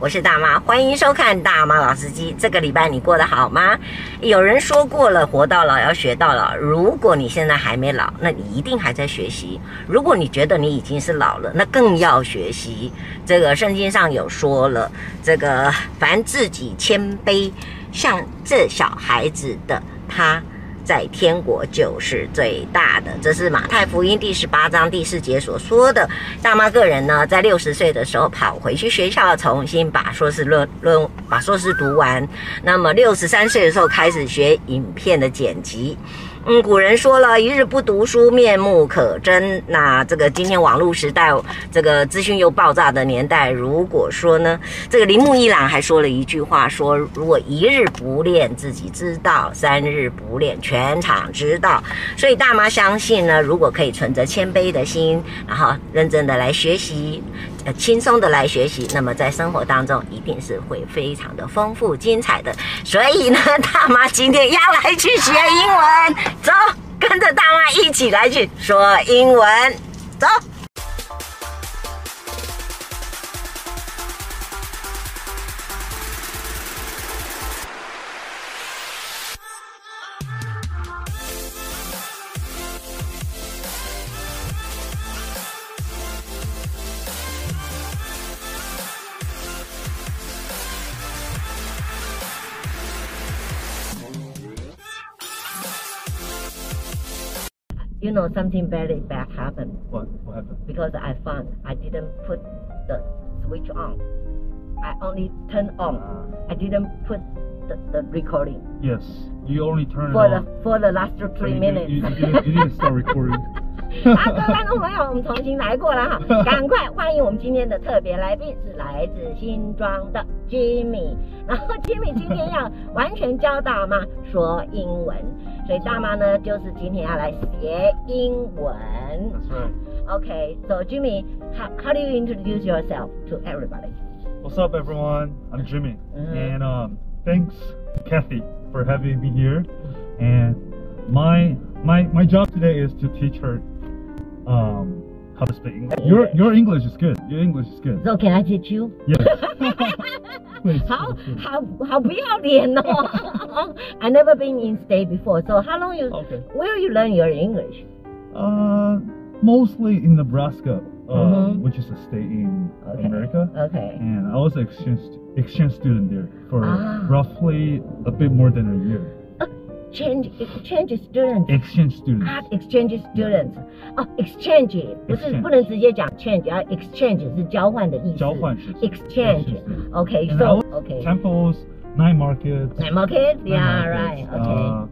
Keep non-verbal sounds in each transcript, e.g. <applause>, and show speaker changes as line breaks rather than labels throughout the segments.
我是大妈，欢迎收看《大妈老司机》。这个礼拜你过得好吗？有人说过了，活到老要学到老。如果你现在还没老，那你一定还在学习；如果你觉得你已经是老了，那更要学习。这个圣经上有说了，这个凡自己谦卑，像这小孩子的他。在天国就是最大的，这是马太福音第十八章第四节所说的。大妈个人呢，在六十岁的时候跑回去学校，重新把硕士论论把硕士读完。那么六十三岁的时候开始学影片的剪辑。嗯，古人说了一日不读书，面目可憎。那这个今天网络时代，这个资讯又爆炸的年代，如果说呢，这个铃木一朗还说了一句话，说如果一日不练，自己知道；三日不练，全场知道。所以大妈相信呢，如果可以存着谦卑的心，然后认真的来学习，呃，轻松的来学习，那么在生活当中一定是会非常的丰富精彩的。所以呢， <laughs> 大妈今天要来去学英文。走，跟着大妈一起来去说英文。走。You know something very bad happened
What, what happened?
because I found I didn't put the switch on. I only turned on. I didn't put the, the recording
Yes, you only turned
for
it
the
on.
for the last three
you,
minutes.
didn't- You, you didn't, you didn't
<laughs>
start recording.
啊，各位观众朋友，我们重新来过了哈，赶快欢迎我们今天的特别来宾是来自新庄的 Jimmy，然后 Jimmy 今天要完全教大妈说英文，所以大妈呢就是今天要来学英文。
That's right.
Okay, so Jimmy, how how do you introduce yourself to everybody?
What's up, everyone? I'm Jimmy,
Mhm.
and um, thanks, Kathy, for having me here. And my my my job today is to teach her um how to speak English. Your your English is good. Your English is
<laughs>
good.
So can I teach you?
Yes. Please,
好
please, please.
好好不要脸哦 <laughs> Oh.！I never been in state before, so how long you
Okay.
where you learn your English?
Uh, mostly in Nebraska, uh,
Mhm.
which is a state in uh,
Okay.
America.
Okay.
and I was an exchange exchange student there for
Ah.
roughly a bit more than a year.
Change exchange students
Exchange students.
art exchange students 哦，exchange 不是
Exchange
不能直接讲 change，而 exchange 是交换的意思。
交换学生
exchange
students.
OK
And
so
I
OK
Temples, night markets.
I'm okay yeah right
night markets,
OK
uh,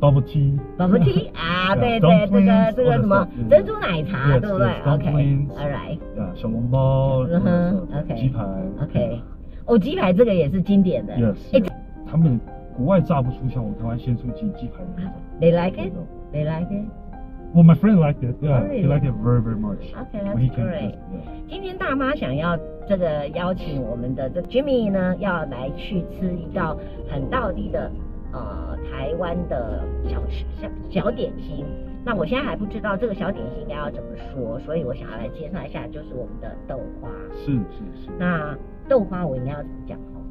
bubble tea.
bubble tea 啊
Yeah,
对对这个
dumplings,
这个
all that
什么
stuff, yeah.
珍珠奶茶
嗯 Yes,
对不对
yes,
OK
dumplings.
all right
<laughs> yeah, 小笼包
嗯哼
或者是
OK
鸡排。
OK 哦鸡排这个也是经典的
Yes.
哎
yes. 他们国外炸不出像我们台湾鲜蔬鸡鸡排的那种。
They like it?
味道
They like it
Well, my friend liked it. Yeah,
Oh,
he
really?
liked it very, very much.
Okay,
When
that's
he came
great.
to visit, yeah.
今天大妈想要这个邀请我们的这 Jimmy 呢，要来去吃一道很道地的呃台湾的小吃小小点心。那我现在还不知道这个小点心应该要怎么说，所以我想要来介绍一下，就是我们的豆花。
是是是。
那豆花我应该要怎么讲哦？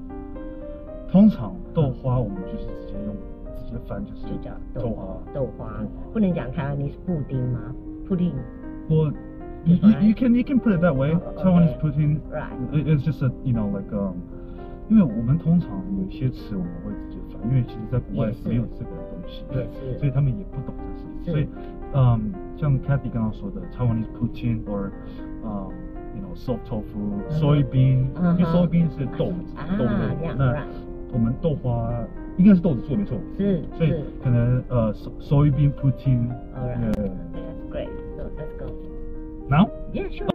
通常豆花我们就是直接用直接翻，就是
就叫
豆
豆
花。
豆花
豆，
不能讲台湾你是布丁吗？布丁
Well, you, you, you can you can put it that way.
Oh, okay.
Taiwanese pudding
，right？
it- it's just a you know like um，因为我们通常有些词我们会直接翻，因为其实在国外
也是
没有这个东西，
也是
所以他们也不懂这事情。
是
所以，嗯，像 Kathy 刚刚说的，Taiwanese pudding or um you know soft tofu,
嗯
soybean，
嗯哼
因为 soybean 是豆子
啊，
豆类
这样，
那
right？
我们豆花应该是豆子做没错。
是
所以
是
可能呃，so-，soybean protein，
，all
呃
right，that's great。So let's go。
，now
Yeah, sure.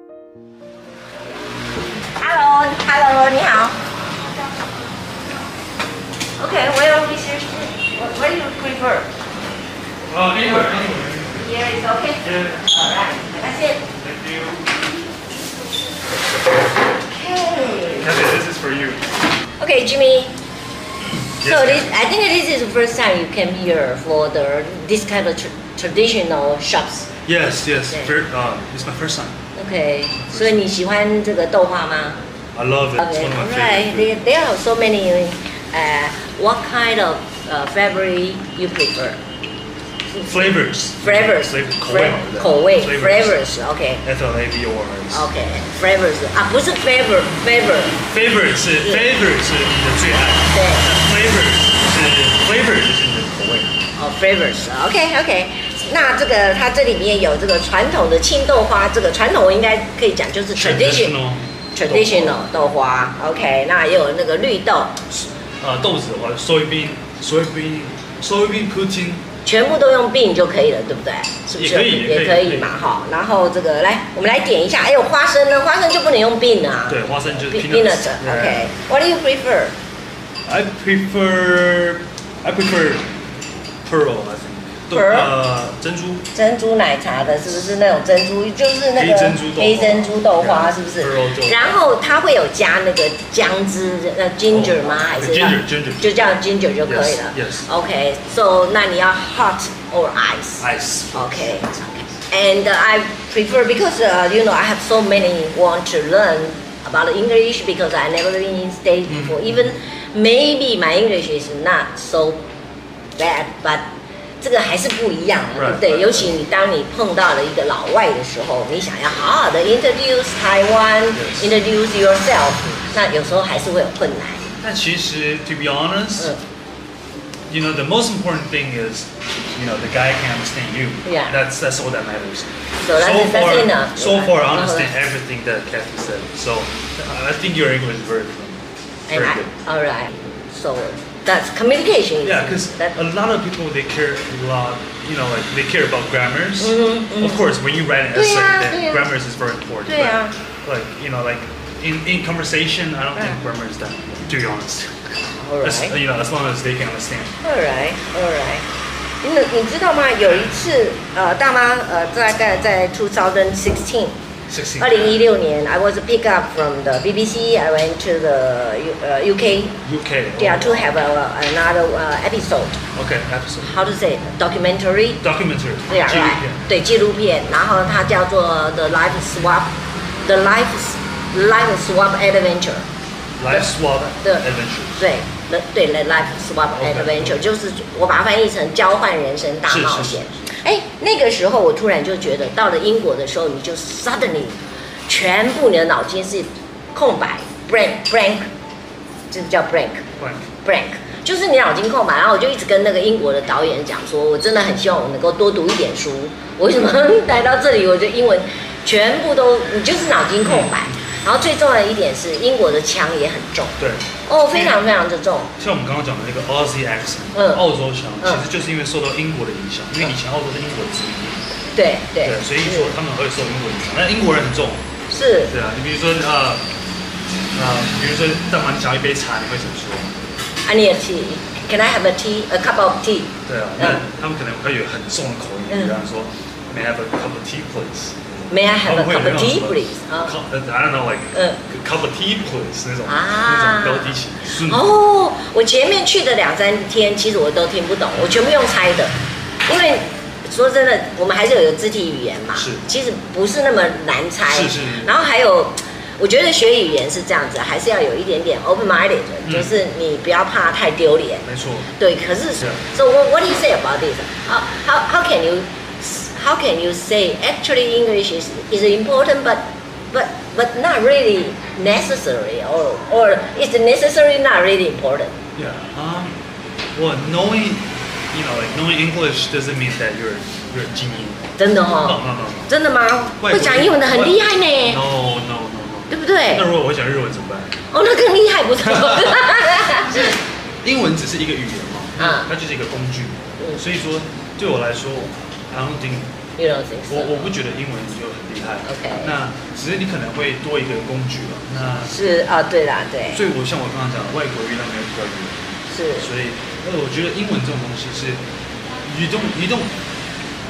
Hello, hello，你好。Okay, where is your where do you prefer?
Oh, anywhere, anywhere.
Here is okay.
Yeah,
All right, that's it.
thank you.
Okay.
Kevin, this is for you.
Okay, Jimmy. So
Yes,
this, I think this is the first time you came here for the this kind of tr traditional shops.
Yes, yes.
Okay.
Very, um, it's my first time.
Okay. 所以你喜欢这个豆花吗？
I love it. It's
Okay,
one of my
all right.
favorite.
There, there are so many. Uh, what kind of uh, February you prefer?
food. Flavors.
Flavors.
Flavor.
Fla- 口味 flavors. Okay.
F L A V O R S。
Okay. Flavors 啊，不是 flavor flavor
Favorite 是 favorite 是你的最爱
对，
，flavor 是 flavor 就是你的口味。
哦 flavors。OK OK。那这个它这里面有这个传统的青豆花，这个传统我应该可以讲就是 tradition traditional 豆花。OK。那也有那个绿豆，
呃 Uh, 豆子的话，soybean soybean soybean pudding
全部都用 bean 就可以了，对不对？是不是？
也可以也可
也
以
可以嘛，哈。然后这个来，我们来点一下。哎呦，花生呢？花生就不能用 bean 啊。
对花生就是
peanut。
Yeah.
OK。What do you prefer?
I prefer I prefer pearl I think uh, 豆
Pearl？
呃珍珠
珍珠奶茶的是不是那种珍珠？就是那个
黑珍
黑珍
珠豆花
珠豆花，是不是
Pearl 豆花？
然后它会有加那个姜汁，呃，ginger 吗？
Oh，
还是
Ginger, ginger
就叫 ginger 就可以了。
Yes, yes.
OK。So 那你要 hot or ice？
ice
Okay. And uh, I prefer because uh, you know I have so many want to learn about English because I never been in States
Mm-hmm.
before. Even maybe my English is not so bad, but 这个还是不一样的
Right,
对不
right,
对？尤其你当你碰到了一个老外的时候，你想要好好的 introduce Taiwan,
Yes.
introduce yourself，那有时候还是会有困难。
但其实 uh, to be
嗯
honest,，you know the most important thing is you know the guy can understand you.
Yeah.
That's that's all that matters.
So that's- that's
far,
enough.
So far I
Uh-huh.
understand everything that Kathy said. So I think your English is very good.
And
Very
I,
good.
all right, so that's communication. is-
Yeah, because
that-
a lot of people they care a lot. You know, like they care about grammars. Of course, when you write an
Mm-hmm,
essay,
Yeah,
then
yeah.
grammars is very important. but,
Yeah.
Like you know, like in, in conversation, I don't
Yeah.
think grammar is that. important, To be honest,
all
As-
right.
you know, as long as they can understand.
Alright, alright. 你你知道吗？有一次，呃，大妈，呃，大概在 two thousand sixteen，
Sixteen.
二零一六年，I was pick up from the BBC. I went to the U, 呃 UK,
UK. oh,
yeah, to have a, another uh, episode.
Okay. Episode.
How to say it? documentary?
Documentary.
对啊，
纪录片
对纪录片，然后它叫做 The Life Swap, The Life Life Swap Adventure.
Life swap
对
adventure.
对，那对了，Life Swap Adventure，就是我把它翻译成交换人生大冒险。哎，那个时候我突然就觉得，到了英国的时候，你就 suddenly 全部你的脑筋是空白，blank blank，这个叫 blank。
Blank.
Blank，就是你脑筋空白。然后我就一直跟那个英国的导演讲说，我真的很希望我能够多读一点书。我为什么 <laughs> 来到这里，我就英文全部都，你就是脑筋空白。然后最重要的一点是，英国的腔也很重，
对，
哦，非常非常的重。
像我们刚刚讲的那个 Aussie accent，、
嗯
澳洲腔，
嗯
其实就是因为受到英国的影响，因为以前澳洲是英国殖民地，
对对
对，，所以说他们会受英国影响。那英国人很重，
是
对啊，你比如说呃呃，比如说干嘛你想要一杯茶，你会怎么说？
I need a tea. Can I have a tea? A cup of tea?
对啊，那他们可能会有很重的口
嗯
音，比方说 May I have a cup of tea, please？
May I have
他们
a
会有
cup
那
of
种什
tea,
么
please? 啊
cup- 呃 I don't know like
嗯
cup of tea, please 那种
啊
那种标题型，顺
哦，我前面去的两三天，其实我都听不懂，我全部用猜的，因为说真的，我们还是有肢体语言嘛，
是
其实不是那么难猜，
是是是
然后还有。我觉得学语言是这样子，还是要有一点点 open minded，、
嗯
就是你不要怕太丢脸。
没错。
对，可是
是啊
so what what do you say about this? How how how can you how can you say actually English is is important but but but not really necessary or or is it necessary not really important?
Yeah. Um, well, knowing, you know, like knowing English doesn't mean that you're you're a genius.
真的哈、
No, no, no.
<laughs> 真的吗？
外国
会讲英文的很厉害呢，
No, no, no, no.
对不对
那？如果我会讲日文怎么办？
哦，那更厉害
<laughs>
不是？ <laughs>
英文只是一个语言嘛
嗯，
它就是一个工具
嗯。
所以说，对我来说，I don't think
you don't think
我
so?
我不觉得英文就很厉害。
OK
那只是你可能会多一个工具了。那
是啊，对啦，对，
所以，我像我刚刚讲，的，外国语他没有比较远。
是
所以，呃，我觉得英文这种东西是，you don't you don't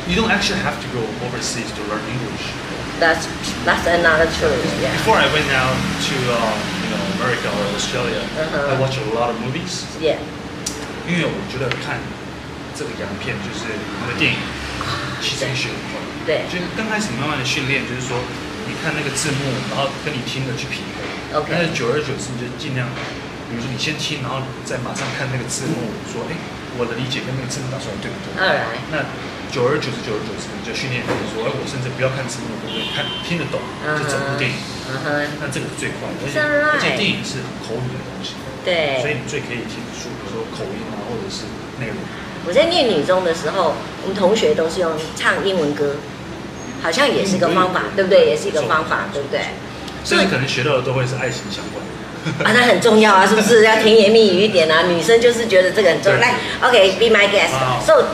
you don't actually have to go overseas to learn English.
that's that's another truth. Yeah.
Before I went out to uh, you know America or Australia,
Uh-huh.
I watched a lot of movies.
Yeah.
因为我觉得看这个洋片就是我们的电影，其实学很快。
对
就是刚开始你慢慢的训练，就是说你看那个字幕，然后跟你听的去平衡。
OK
但是久而久之，你就尽量，比如说你先听，然后再马上看那个字幕，说，哎，我的理解跟那个字幕打出来对不对？
当然
那久而久之，久而久之，你就训练你说，哎，我甚至不要看字幕，我也看听得懂，
嗯
就整部
哼，
电影。
嗯哼，
那这个是最快的，而
It's
且
alright
而且电影是口语的东西，
对。
所以你最可以听得出，比如说口音啊，或者是内容。
我在念女中的时候，我们同学都是用唱英文歌，好像也是一个方法，
嗯
对不对？也是一个方法，对不对？
甚至可能学到的都会是爱情相关的。
啊，那很重要啊，是不是？要甜言蜜语一点啊，女生就是觉得这个很重要。
对
来，OK，be、my guest。
好
So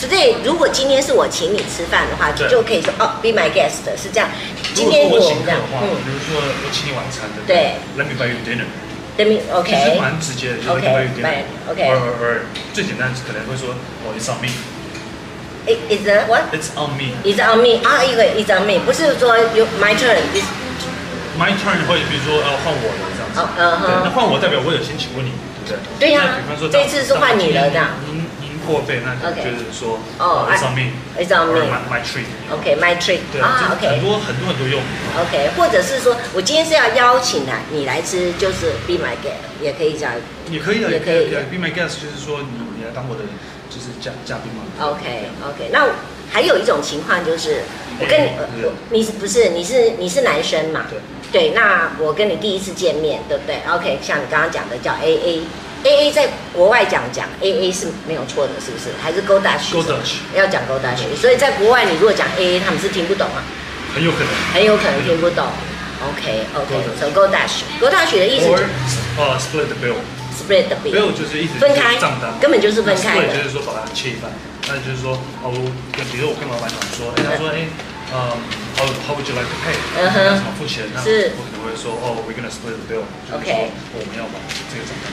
today，如果今天是我请你吃饭的话，就
对
就可以说哦，be my guest 是这样。今
<laughs> 如
天嗯
果
我
说我请
们这
客
样
的，话，比如说我请你晚餐，对不
对
？Let me buy you dinner，
对面
其实
OK，
蛮直接的，就是 Let
OK，
me buy you dinner。
buy- OK
或者或者最简单可能会说，哦，It's on me，It's
i s a what
on me。
is on me 啊，一个 is on me，不是说 you my turn，is
My turn，或者比如说呃换我了这样子。
哦嗯哼
对那换我代表我有先请问你，对不
对
对？
呀
那比方说当
这次是换你了这样
当今天您您破费，那可能
OK
就是说
哦
哦，It's
I-
on me。
is on
Or
me。
my my treat。
OK，my trick
对，
啊
就
，OK
很。多很多很多用语。
OK，或者是说我今天是要邀请来你来吃，就是 be my guest，也可以讲。
也可以的，
也
也
可
可
以
以。Be my guest 就是说你你来当我的就是嘉嘉宾嘛。
OK OK，那还有一种情况就是，我跟你，呃
对
你是不是你是你是男生嘛？
对
对，那我跟你第一次见面，对不对？OK，像你刚刚讲的叫 AA。A A 在国外讲讲 A A 是没有错的，是不是？还是 Go Dutch？
Go Dutch
要讲 Go Dutch，所以在国外你如果讲 A A，他们是听不懂啊。
很有可能。
很有可能听不懂。OK OK，so go dash go dash 的意思
Or
就
呃、split the bill。
split the bill，
bill 就是一直
分开
账单，
根本就是分开的
对，就是说把它切一半。那就是说，哦，我跟比如说我跟老板讲说，哎，他说，哎，呃，how how would you like to pay？
嗯哼
怎么付钱？那
是
我可能会说，哦，we're gonna split the bill。
OK
哦
嗯
我们要把这个账单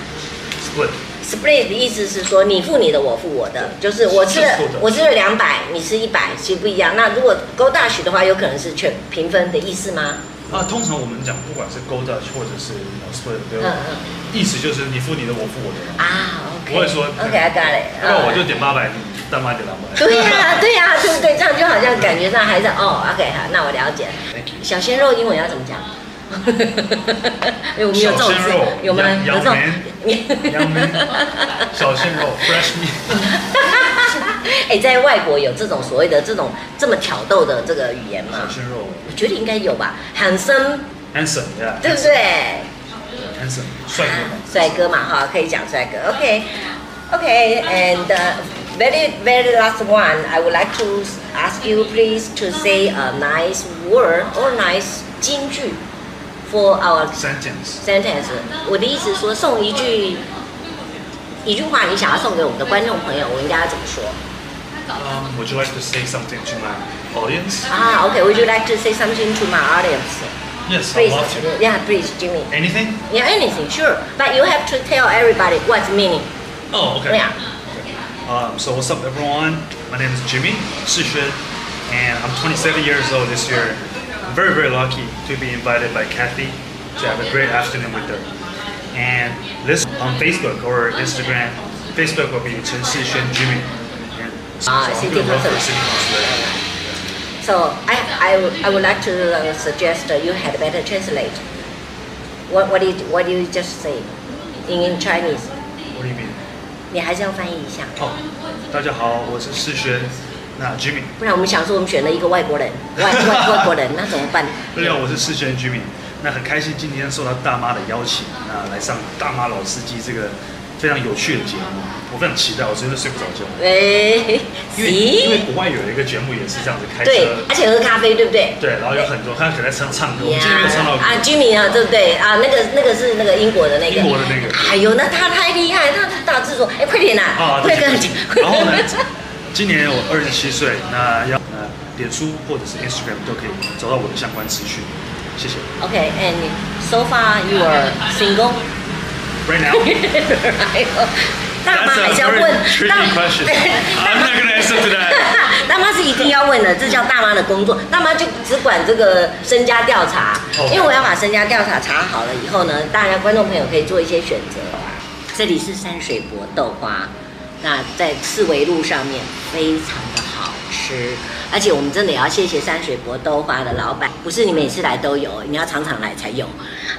split。
split 的意思是说你付你的，我付我的，就是我吃了
是是的
我吃了两百，你吃一百，其实不一样。那如果 go dash 的话，有可能是全平分的意思吗？
那通常我们讲，不管是 go Dutch 或者是 split the
嗯
bill，
嗯
意思就是你付你的，我付我的。
啊，OK，
不会说
OK，I got it，
要不然我就
嗯
点八百，你大妈点两百。
对呀对呀，对不对？这样就好像感觉上还是哦，OK，好，那我了解了。
Thank you
小鲜肉英文要怎么讲？有没有这种
小鲜
字
肉？
有吗？
杨
有这种
杨梅？
你 <laughs>
杨梅小鲜肉 fresh meat，
哎、在外国有这种所谓的这种这么挑逗的这个语言吗
小？鲜肉
我觉得应该有吧。handsome，
handsome 呀，
对不对？
handsome 帅哥嘛，
帅哥嘛哈，可以讲帅哥。OK，OK，and、very very last one, I would like to ask you please to say a nice word or nice 金句 for our
sentence
sentence。我的意思说送一句一句话，你想要送给我们的观众朋友，我应该要怎么说？
Um, would you like to say something to my audience?
啊，OK，Would you like to say something to my audience？
Yes, I
Please,
love to.
yeah, please, Jimmy.
Anything?
Yeah, anything, sure. But you have to tell everybody what's meaning.
Oh, okay.
Yeah.
Um, so what's up, everyone? My name is Jimmy Sishin, and I'm 27 years old this year. I'm very, very lucky to be invited by Kathy to have a great afternoon with her. And this on Facebook or Instagram. Facebook will be Chen Sishin Jimmy. And so
Ah,
I'm
city
gonna run for
council.
city council.
So I, I, would- I would like to uh, suggest that you had better translate. What, what did, what did you just say in, in Chinese?
What do you mean?
你还是要翻译一下，
哦，大家好，我是世轩，那 Jimmy，
不然我们想说我们选了一个外国人，
<laughs>
外外外国人，那怎么办？
大家好，我是世轩 Jimmy，那很开心今天受到大妈的邀请，那来上大妈老司机这个非常有趣的节目，我非常期待，我真的睡不着觉，
喂，
因为因为
咦，
国外有一个节目也是这样子开
对
车，，
而且喝咖啡，对不对？
对，然后有很多他可能在唱唱歌，我们今天没有唱到歌，
啊，Jimmy 啊，对不对？啊，那个那个是那个英国的那个，
英国的那个
哎呦，那他太厉害，他大制作，哎，快点啦，
啊，
快
对
跟，
然
<laughs>
后呢，今年我二十七岁，那要呃，脸书或者是 Instagram 都可以找到我的相关资讯，谢谢。
？OK，and so far you are
<laughs>
single，
Right now.
<laughs> 哎呦大妈
That's a
还是要
very
问，大
tricky question. I'm not gonna answer to that.
<laughs> 大妈是一定要问的，这叫大妈的工作。大妈就只管这个身家调查
OK
因为我要把身家调查查好了以后呢，大家观众朋友可以做一些选择。这里是山水博豆花，那在四维路上面非常的好吃。吃，而且我们真的也要谢谢山水博豆花的老板，不是你每次来都有，你要常常来才有。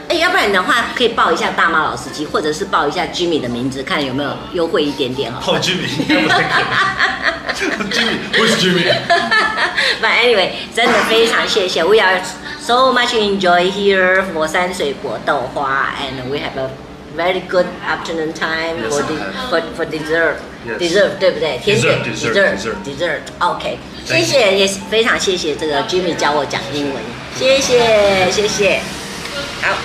哎，要不然的话可以报一下大妈老司机，或者是报一下 Jimmy 的名字，看有没有优惠一点点哦。
Oh, <laughs> Jimmy. Jimmy, where's Jimmy?
<laughs> But anyway，真的非常谢谢。We are so much enjoy here for 山水果豆花，and we have a very good afternoon time
Yes,
for
I
the
have.
for for dessert。
Yes.
dessert 对不对？甜点
Dessert, dessert, dessert.
dessert OK，谢
Thank
谢也非常谢谢这个 Jimmy 教我讲英文，谢谢谢谢，好。